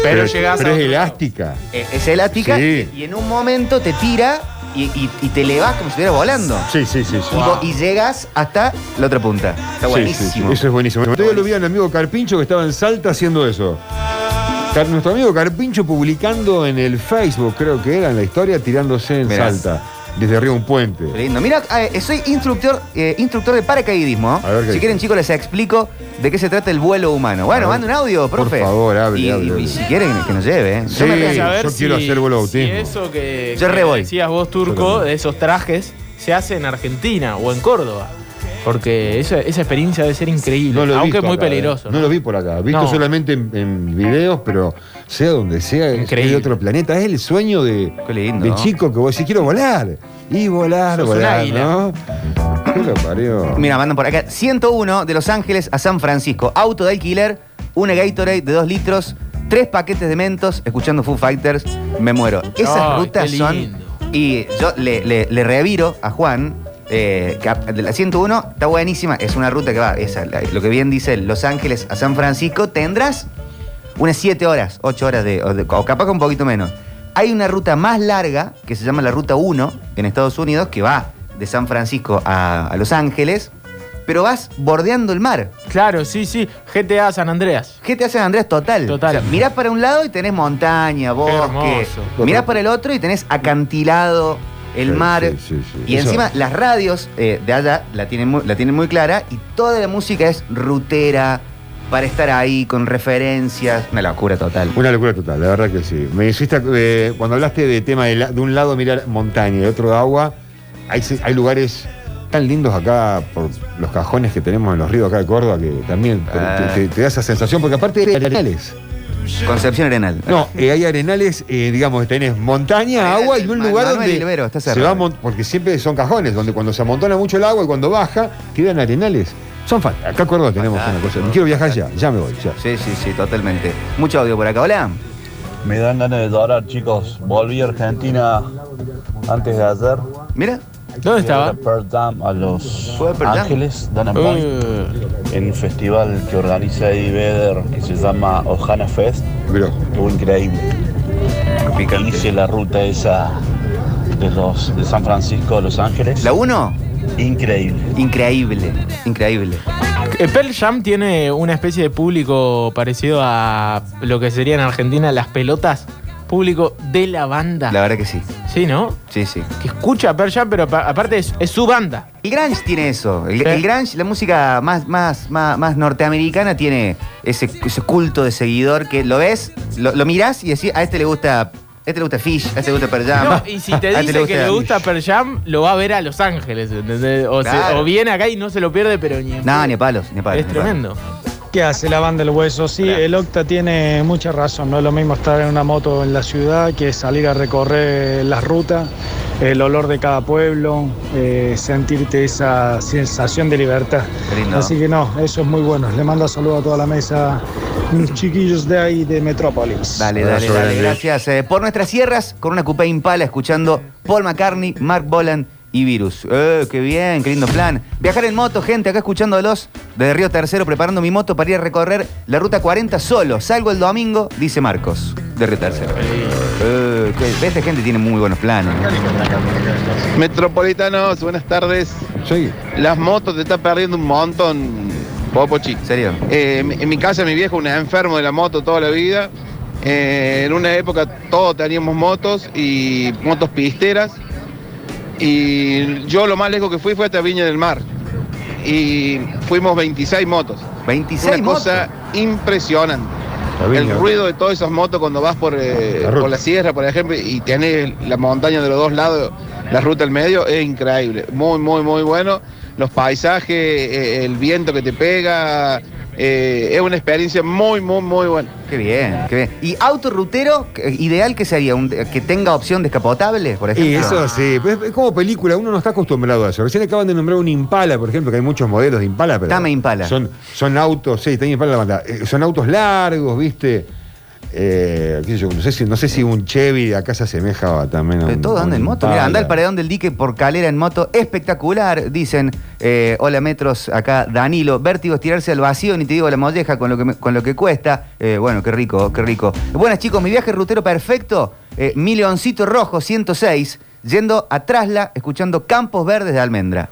S5: pero, llegás
S3: pero
S5: a
S3: es
S5: otro lado.
S3: elástica.
S2: Eh, Es elástica
S3: Sí.
S2: y en un momento te tira y, y- y te elevas como si estuvieras volando.
S3: Sí, sí, sí.
S2: Y
S3: sí.
S2: vo- Y, llegas hasta la otra punta. Está
S3: Sí, sí, sí.
S2: buenísimo.
S3: Eso es buenísimo. Todavía lo vi a un amigo Carpincho que estaba en Salta haciendo eso. Car- Nuestro amigo Carpincho publicando en el Facebook, creo que era, en la historia, tirándose en
S2: Mirá.
S3: Salta, desde arriba de un puente.
S2: Qué Lindo. Mira, ah, eh, soy instructor, eh, instructor de paracaidismo. ¿eh?
S3: A ver qué
S2: si
S3: dice.
S2: quieren, chicos, les explico de qué se trata el vuelo humano. Bueno,
S3: A ver.
S2: manda un audio,
S3: Por
S2: profe.
S3: favor, hable,
S2: y,
S3: hable,
S2: y-
S3: hable.
S2: y si quieren, que nos lleve. ¿eh?
S3: Sí.
S2: Yo me-
S5: Querés saber
S3: yo quiero hacer vuelo bautismo.
S5: si eso que,
S2: Yo
S5: que
S2: re voy.
S5: decías vos,
S3: Yo
S5: Turco,
S3: también.
S5: de esos trajes, se hace en Argentina o en Córdoba. Porque esa, esa experiencia debe ser increíble.
S3: No lo he
S5: aunque es
S3: visto
S5: muy
S3: acá, ¿eh?
S5: peligroso.
S3: ¿no? lo vi por acá. Visto
S5: No.
S3: solamente en, en videos, pero sea donde sea, es- es
S5: Increíble.
S3: de otro planeta. Es el sueño de,
S2: Qué lindo.
S3: del chico que vos decís, quiero volar. Y volar,
S5: Sos un
S3: volar,
S5: águila.
S3: ¿no? ¿Qué lo parió?
S2: Mira, mandan por acá. 101 de Los Ángeles a San Francisco. Auto de alquiler, una Gatorade de 2 litros, tres paquetes de mentos, escuchando Foo Fighters, me muero. Esas
S5: Ay,
S2: rutas
S5: qué
S2: son.
S5: lindo.
S2: Y yo le, le- le reviro a Juan. eh, que a- de la 101 está buenísima, es una ruta que va, esa, la- lo que bien dice Los Ángeles a San Francisco, tendrás unas 7 horas, 8 horas de, o, de- o capaz que un poquito menos. Hay una ruta más larga que se llama la Ruta 1 en Estados Unidos que va de San Francisco a, a Los Ángeles, pero vas bordeando el mar.
S5: Claro, sí, sí. GTA San Andreas.
S2: ¿Qué te hace Andrés total?
S5: Total.
S2: mirás para un lado y tenés montaña, bosque.
S5: hermoso.
S2: Mirás para el otro y tenés acantilado, el
S3: Sí,
S2: mar.
S3: sí, sí, sí.
S2: Y
S3: Eso-
S2: encima las radios eh, de allá la tienen, muy, la tienen muy clara y toda la música es rutera para estar ahí con referencias. Una locura total.
S3: Una locura total, la verdad que sí. Me hiciste, eh, cuando hablaste de tema de, la- de un lado mirar montaña y de otro agua, hay, se- hay lugares tan lindos acá por los cajones que tenemos en los ríos acá de Córdoba que también te,
S2: Ah.
S3: te- te da esa sensación, porque aparte hay arenales.
S2: Concepción Arenal.
S3: No, eh, hay arenales, eh, digamos, tenés montaña,
S2: Arenales,
S3: agua y un
S2: Ma-
S3: lugar
S2: Manuel
S3: donde
S2: Olivero, está
S3: se
S2: cerrado.
S3: va mon- porque siempre son cajones, donde cuando se amontona mucho el agua y cuando baja, quedan arenales. Son fan. Acá en Córdoba tenemos una
S2: Fantástico.
S3: cosa. Quiero viajar ya, ya me voy, ya.
S2: Sí, sí, sí, totalmente. Mucho audio por acá. Hola.
S7: Me dan ganas de llorar, chicos. Volví a Argentina antes de ayer.
S2: Mira.
S5: ¿Dónde estaba?
S7: Fui a Pearl Jam a Los
S2: Fue a Pearl Jam.
S7: Ángeles, Dana Point,
S5: Uh,
S7: en un festival que organiza Eddie Vedder que se llama Ohana Fest.
S3: Pero,
S7: Estuvo increíble. Hice la ruta esa de, los, de San Francisco a Los Ángeles.
S2: La 1,
S7: Increíble.
S2: increíble. Increíble.
S5: eh, Pearl Jam tiene una especie de público parecido a lo que sería en Argentina las pelotas. Público de la banda.
S2: La verdad que sí.
S5: Sí, ¿no?
S2: Sí, sí.
S5: Que escucha a Pearl Jam, pero apa- aparte es, es su banda.
S2: El grunge tiene eso. El,
S5: Sí.
S2: el grunge, la música más, más, más, más norteamericana, tiene ese, ese culto de seguidor que lo ves, lo, lo mirás y decís, a este le gusta, a este le gusta Fish, a este le gusta Pearl Jam.
S5: No, y si te
S2: a
S5: dice
S2: este
S5: que le gusta Pearl Jam, lo va a ver a Los Ángeles, ¿entendés? O, se-
S2: Claro.
S5: o viene acá y no se lo pierde, pero ni... en
S2: No,
S5: pedo.
S2: ni a palos, ni a palos.
S5: Es
S2: ni a palos.
S5: tremendo.
S8: ¿Qué hace la banda del hueso? Sí, el Octa tiene mucha razón. No es lo mismo estar en una moto en la ciudad que salir a recorrer las rutas, el olor de cada pueblo, eh, sentirte esa sensación de libertad.
S2: Qué lindo.
S8: Así que no, eso es muy bueno. Le mando saludos a toda la mesa, mis chiquillos de ahí de Metrópolis.
S2: Dale, dale,
S3: Abrazo
S2: dale.
S3: grande.
S2: Gracias. eh, por nuestras sierras, con una coupé impala, escuchando Paul McCartney, Mark Bolan y Virus. Eh, qué bien, qué lindo plan. Viajar en moto, gente, acá escuchándolos desde Río Tercero, preparando mi moto para ir a recorrer la ruta 40 solo. Salgo el domingo, dice Marcos, de Río Tercero. Eh, qué- esta gente tiene muy buenos planes. ¿no?
S9: Metropolitanos, buenas tardes.
S3: sí.
S9: Las motos te está perdiendo un montón, Popochi.
S2: ¿En serio?
S9: Eh, en mi- en mi casa mi viejo, un enfermo de la moto toda la vida. Eh, en una época todos teníamos motos y motos pisteras. Y yo lo más lejos que fui fue hasta Viña del Mar. Y fuimos 26 motos.
S2: 26
S9: una
S2: motos.
S9: cosa impresionante.
S3: La viña.
S9: El ruido de todas esas motos cuando vas por, eh,
S3: La ruta.
S9: por la sierra, por ejemplo, y tenés la montaña de los dos lados, la ruta al medio, es increíble. Muy, muy, muy bueno. Los paisajes, eh, el viento que te pega, eh, es una experiencia muy, muy, muy buena.
S2: Qué bien, qué bien. ¿Y autorrutero? ¿Ideal que sería? Un- ¿Que tenga opción descapotable, por ejemplo?
S3: Y eso sí, pues, es como película, uno no está acostumbrado a eso. Recién acaban de nombrar un Impala, por ejemplo, que hay muchos modelos de Impala, pero.
S2: Tame Impala.
S3: Son, son autos, sí, Tame Impala la banda. Eh, son autos largos, ¿viste? Eh, qué sé yo, no, sé si, no sé si un Chevy de acá se asemeja a- también a
S2: Pero
S3: un-
S2: todo
S3: un
S2: anda en moto. Mira,
S3: Impala.
S2: anda al paredón del dique por calera en moto. Espectacular, dicen. eh, hola, metros. Acá Danilo. Vértigo es tirarse al vacío, ni te digo la molleja con lo que, me- con lo que cuesta. Eh, bueno, qué rico, qué rico. Buenas, chicos. Mi viaje rutero perfecto. Eh, mi leoncito rojo, 106. Yendo a Trasla, escuchando Campos Verdes de Almendra.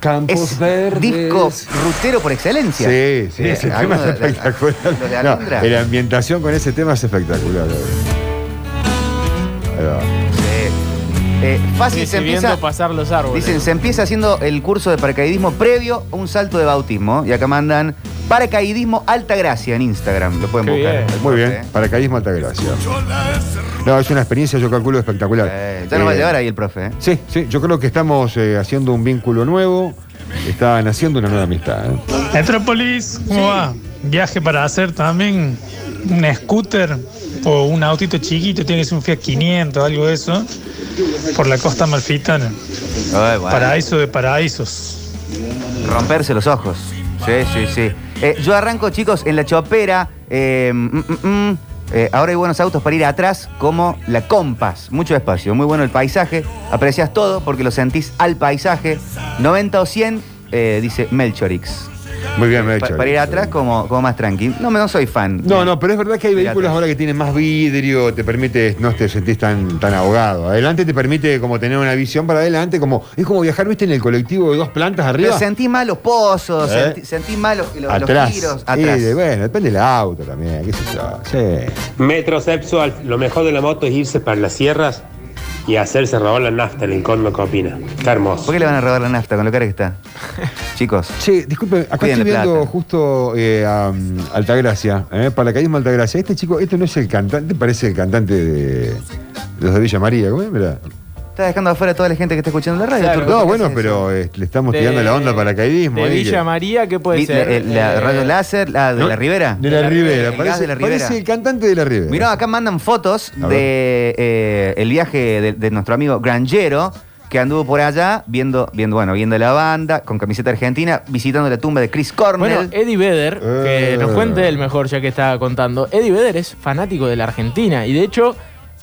S3: Campos
S2: Es
S3: Verdes.
S2: disco rutero por excelencia.
S3: Sí, sí, ese
S2: Eh,
S3: tema es
S2: alguno de- de-
S3: espectacular.
S2: los de
S3: No,
S2: Almendra.
S3: la ambientación con ese tema es espectacular. Ahí va.
S2: Eh, fácil se
S5: Decidiendo
S2: empieza.
S5: pasar los árboles.
S2: Dicen, se empieza haciendo el curso de paracaidismo previo a un salto de bautismo. Y acá mandan paracaidismo alta gracia en Instagram. Lo pueden
S5: Qué
S2: buscar.
S5: bien.
S2: el
S3: Muy bien,
S2: profe, ¿eh?
S3: paracaidismo Altagracia. No, es una experiencia, yo calculo, espectacular.
S2: ¿eh? Eh, ya nos va a
S3: Eh,
S2: llevar ahí el profe. ¿eh?
S3: Sí, sí, yo creo que estamos eh, haciendo un vínculo nuevo, están haciendo una nueva amistad. ¿eh?
S8: Metrópolis, ¿cómo va? Viaje para hacer también un scooter o un autito chiquito, tiene que ser un Fiat 500, algo de eso, por la costa malfitana.
S2: Ay, bueno,
S8: Paraíso de paraísos.
S2: Romperse los ojos. Sí, sí, sí. Eh, yo arranco, chicos, en la chopera. eh, mm, mm, mm. Eh, ahora hay buenos autos para ir atrás, como la Compass. Mucho espacio, muy bueno el paisaje. Aprecias todo porque lo sentís al paisaje. 90 o 100, eh, dice Melchorix.
S3: Muy bien, me ha
S2: Pa-
S3: hecho.
S2: para ir atrás como, como más tranqui. No, me- no soy fan.
S3: No, no, pero es verdad que hay
S2: Mirá
S3: vehículos
S2: atrás.
S3: ahora que tienen más vidrio, te permite, no te sentís tan, tan ahogado. Adelante te permite como tener una visión para adelante, como es como viajar, viste, en el colectivo de dos plantas arriba.
S2: Pero sentí mal los pozos,
S3: ¿Eh?
S2: sentí, sentí mal los, los- los
S3: atrás.
S2: giros.
S3: Y
S2: Atrás.
S3: de- bueno, depende del auto también, qué sé yo. Sí.
S10: Metrosexual, lo mejor de la moto es irse para las sierras y hacerse robar la nafta en el condo que opina. Está hermoso.
S2: ¿Por qué le van a robar la nafta con lo cara que está? Chicos.
S3: Che, disculpe, acá
S2: Cuiden
S3: estoy
S2: la
S3: viendo
S2: plata.
S3: justo eh, a um, Altagracia, eh, Paracaidismo Altagracia. Este chico, este no es el cantante, parece el cantante de los de Villa María, ¿cómo es? Mirá.
S2: Está dejando afuera a toda la gente que está escuchando la radio.
S5: Claro.
S2: Turco.
S3: No,
S2: ¿Qué
S3: bueno,
S2: haces?
S3: pero eh, le estamos
S5: De-
S3: tirando la onda al paracaidismo.
S5: De
S3: ahí,
S5: Villa
S3: que-
S5: María, ¿qué puede
S2: Vi-
S5: ser?
S2: la- la
S5: Eh,
S2: radio láser, la de
S3: ¿No?
S2: la Rivera.
S3: De la Rivera,
S2: El gas
S3: parece,
S2: de la Rivera.
S3: parece el cantante de la Rivera.
S2: Mirá, acá mandan fotos
S3: A ver.
S2: de eh, el viaje de, de nuestro amigo Grangero, que anduvo por allá viendo, viendo, bueno, viendo la banda, con camiseta argentina, visitando la tumba de Chris Cornell.
S5: Bueno, Eddie Vedder,
S3: Eh.
S5: que nos cuente él mejor ya que está contando. Eddie Vedder es fanático de la Argentina y de hecho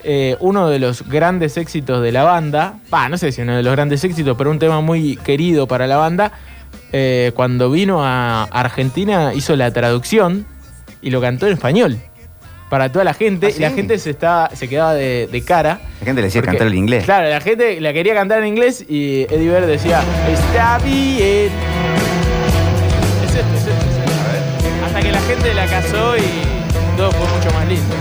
S5: eh, uno de los grandes éxitos de la banda, bah, no sé si uno de los grandes éxitos, pero un tema muy querido para la banda, eh, cuando vino a Argentina hizo la traducción y lo cantó en español para toda la gente
S2: ¿Ah,
S5: y la
S2: sí?
S5: gente se, estaba, se quedaba de, de cara.
S2: la gente le decía
S5: Porque,
S2: cantar el inglés.
S5: Claro, la gente la quería cantar en inglés y Eddie Vedder decía, está bien. Es esto, es esto, es esto. Hasta que la gente la casó y todo fue mucho más lindo.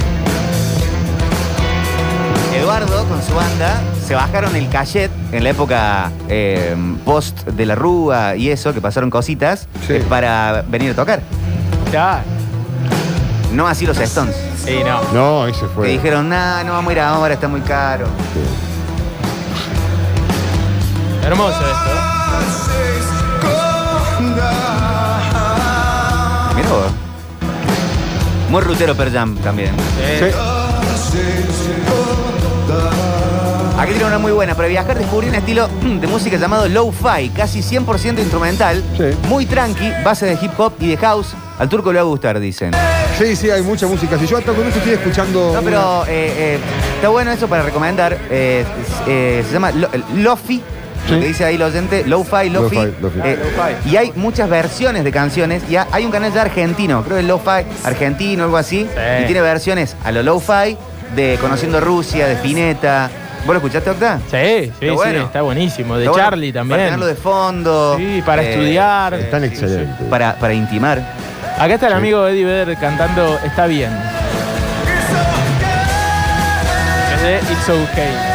S2: Eduardo con su banda se bajaron el cachet en la época eh, post de la Rúa y eso, que pasaron cositas,
S3: Sí.
S2: eh, para venir a tocar.
S5: Ya.
S2: No así los Stones.
S5: Sí, no.
S3: No, ese fue.
S2: Que dijeron, nada, no vamos a ir ahora, está muy caro.
S5: Hermoso esto. ¿eh?
S2: Mirá vos. Muy rutero Per Jam también.
S5: ¿eh?
S3: Sí.
S2: Aquí tiene una muy buena. Para viajar descubrí un estilo de música llamado low-fi, casi 100% instrumental,
S3: Sí.
S2: muy tranqui, base de hip hop y de house. Al turco le va a gustar, dicen.
S3: sí, sí, hay mucha música. Si yo hasta con esto estoy escuchando.
S2: No,
S3: una-
S2: pero eh, eh, está bueno eso para recomendar. eh, eh, se llama lo- Lofi.
S3: Sí.
S2: Lo que dice ahí el oyente, Lo-Fi, Lofi.
S3: Lo-fi, Lo-fi.
S2: Eh, y hay muchas versiones de canciones. Y ha- hay un canal ya argentino, creo que es Lo-Fi argentino, algo así.
S5: Sí.
S2: Y tiene versiones a lo Lo-Fi de Conociendo Rusia, de Spinetta. ¿Vos lo escuchaste, Octa?
S5: Sí, sí, sí,
S2: bueno.
S5: está buenísimo. De
S2: Está bueno,
S5: Charlie
S2: Para
S5: también.
S2: tenerlo de fondo.
S5: Sí, para
S2: eh,
S5: estudiar.
S3: Están excelentes.
S2: Para, para intimar.
S5: Acá está el amigo Eddie Vedder cantando Está bien. Es de It's Okay.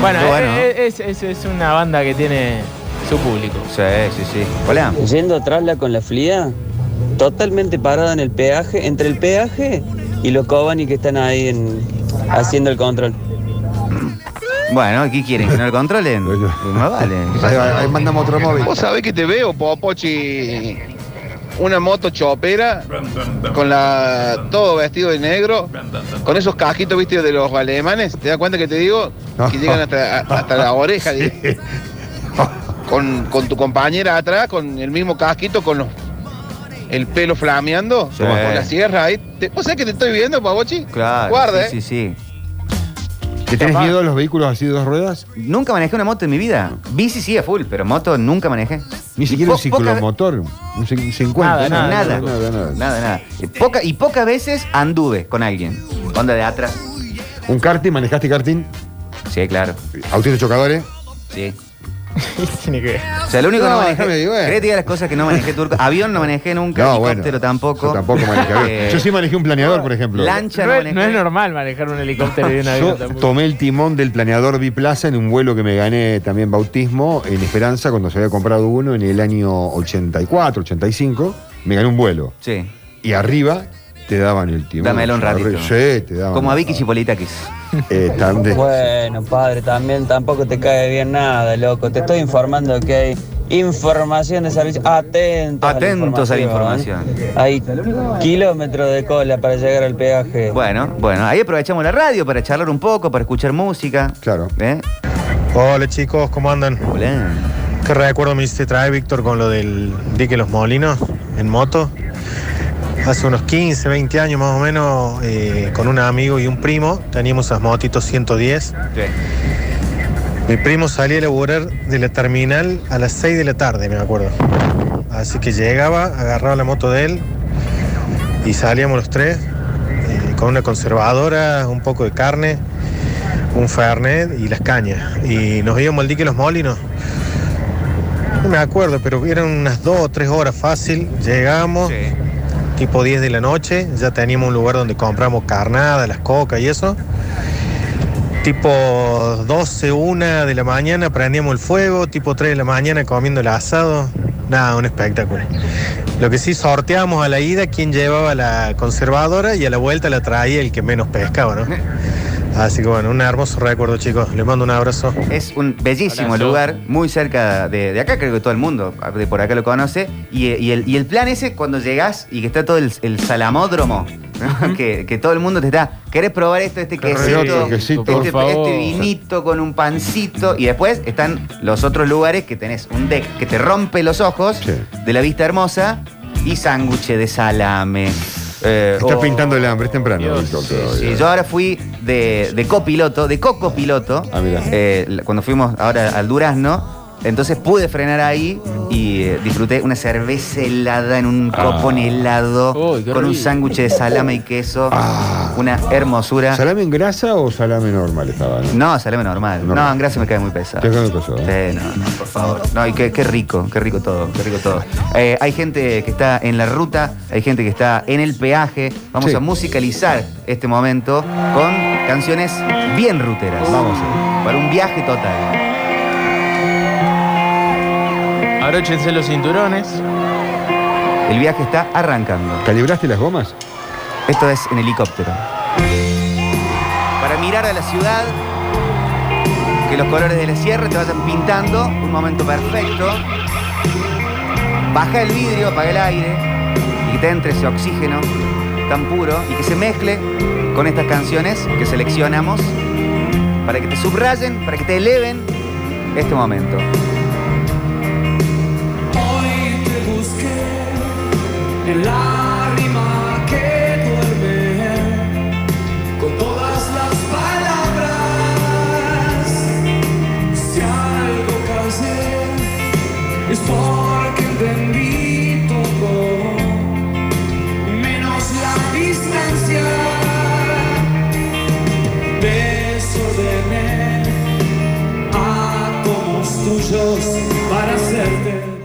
S5: Bueno,
S2: Qué bueno.
S5: eh, Es, es- es una banda que tiene su público.
S2: Sí, sí, sí. Hola.
S11: Yendo atrás la con la FLIA, totalmente parada en el peaje, entre el peaje y los Cobani que están ahí en- haciendo el control.
S2: Bueno, ¿qué quieren? ¿Que no lo controlen? No vale.
S3: Ahí va, ahí mandamos otro móvil.
S9: Vos sabés que te veo, Popochi. Una moto chopera con la todo vestido de negro, con esos cajitos, viste, de los alemanes. ¿Te das cuenta que te digo? Que llegan hasta, hasta la oreja. digo. Con, con tu compañera atrás, con el mismo casquito, con los, el pelo flameando,
S2: Sí.
S9: con la sierra ahí. Te- ¿Vos sabés que te estoy viendo, Popochi?
S2: Claro.
S9: Guarda, eh.
S2: sí, sí,
S3: ¿Te tenés miedo a los vehículos así de dos ruedas?
S2: sí. Nunca manejé una moto en mi vida. Bici sí a full, pero moto nunca manejé.
S3: Ni siquiera
S2: Po-
S3: un ciclomotor, un cin- 50.
S2: Nada, nada, nada,
S3: nada, nada.
S2: Nada, nada. Eh, Poca, y pocas veces anduve con alguien. Onda de atrás.
S3: ¿Un karting? ¿Manejaste karting?
S2: Sí, claro.
S3: ¿Autitos chocadores?
S2: Sí.
S5: Tiene que ver.
S2: O sea, lo único que
S3: No,
S2: no manejé.
S3: déjame,
S2: ¿Querés
S3: bueno.
S2: que te diga las cosas que no manejé turco? Avión no manejé nunca,
S3: No, bueno.
S2: helicóptero tampoco.
S3: Yo tampoco manejé avión.
S2: Eh,
S3: Yo sí manejé un planeador, por ejemplo.
S2: Lancha
S5: No
S2: no
S5: es,
S2: manejé.
S5: no es normal manejar un helicóptero y un avión
S3: Yo
S5: tampoco.
S3: tomé el timón del planeador Biplaza en un vuelo que me gané también bautismo en Esperanza cuando se había comprado uno en el año 84, 85. Me gané un vuelo.
S2: Sí.
S3: Y arriba te daban el timón.
S2: Dámelo un ratito.
S3: Arriba- Sí, te daban.
S2: Como a Vicky Chipolitakis.
S3: Eh, tan de-
S11: Bueno, padre, también tampoco te cae bien nada, loco. Te estoy informando que hay información de servicio. Atentos,
S2: Atentos a la
S11: ¿eh? Hay kilómetros de cola para llegar al peaje.
S2: Bueno, bueno, ahí aprovechamos la radio para charlar un poco, para escuchar música.
S3: Claro.
S2: ¿Eh?
S12: Hola chicos, ¿cómo andan?
S2: Hola.
S12: ¿Qué recuerdo me hiciste traer, Víctor, con lo del dique Los Molinos en moto? Hace unos 15, 20 años más o menos, eh, con un amigo y un primo, teníamos esas motitos 110. Mi primo salía a laburar de la terminal a las 6 de la tarde, me acuerdo. Así que llegaba, agarraba la moto de él y salíamos los tres eh, con una conservadora, un poco de carne, un fernet y las cañas. Y nos íbamos al dique Los Molinos. No me acuerdo, pero eran unas dos o tres horas fácil. Llegamos, tipo 10 de la noche, ya teníamos un lugar donde compramos carnada, las cocas y eso. Tipo 12, 1 de la mañana prendíamos el fuego, tipo 3 de la mañana comiendo el asado. Nada, un espectáculo. Lo que sí, sorteamos a la ida quien llevaba la conservadora y a la vuelta la traía el que menos pescaba, ¿no? Así que bueno, un hermoso recuerdo, chicos. Les mando un abrazo.
S2: Es un bellísimo
S12: Abrazo.
S2: lugar, muy cerca de, de acá, creo que todo el mundo de por acá lo conoce. Y, eh, y el, y el plan ese, cuando llegás y que está todo el, el salamódromo, ¿no? que, que todo el mundo te está, ¿querés probar esto, este
S3: Qué
S2: quesito,
S3: rico, quesito,
S2: este,
S3: por
S2: este
S5: favor.
S2: vinito con un pancito? Y después están los otros lugares que tenés un deck que te rompe los ojos
S3: Sí.
S2: de la vista hermosa y sándwiches de salame. Eh,
S3: Está
S2: o-
S3: pintando el hambre, es temprano.
S5: Dios,
S3: Víctor,
S5: sí,
S3: todavía.
S2: Sí, yo ahora fui de, de copiloto, de cocopiloto.
S3: Ah, mirá.
S2: eh, la- cuando fuimos ahora al Durazno. Entonces pude frenar ahí y eh, disfruté una cerveza helada en un copón
S3: Ah.
S2: helado
S5: Uy, qué
S2: con un
S5: rico.
S2: sándwich de salame y queso.
S3: Ah.
S2: Una hermosura.
S3: ¿Salame en grasa o salame normal estaba? no?
S2: No, salame normal.
S3: Normal.
S2: No, en grasa me cae muy pesado.
S3: Te cae muy pesado, ¿eh?
S2: Sí, no, no, por favor. No, y qué, qué rico, qué rico todo, qué rico todo. Eh, hay gente que está en la ruta, hay gente que está en el peaje. Vamos
S3: Sí.
S2: a musicalizar este momento con canciones bien ruteras.
S3: Vamos.
S2: Para un viaje total.
S5: Abróchense los cinturones.
S2: El viaje está arrancando.
S3: ¿Calibraste las gomas?
S2: Esto es en helicóptero. Para mirar a la ciudad, que los colores de la sierra te vayan pintando, un momento perfecto. Baja el vidrio, apaga el aire y que te entre ese oxígeno tan puro y que se mezcle con estas canciones que seleccionamos para que te subrayen, para que te eleven este momento.
S4: Hoy te busqué en la rima que duerme con todas las palabras. Si algo cansé es porque entendí todo, menos la distancia. Desordené átomos tuyos para hacerte.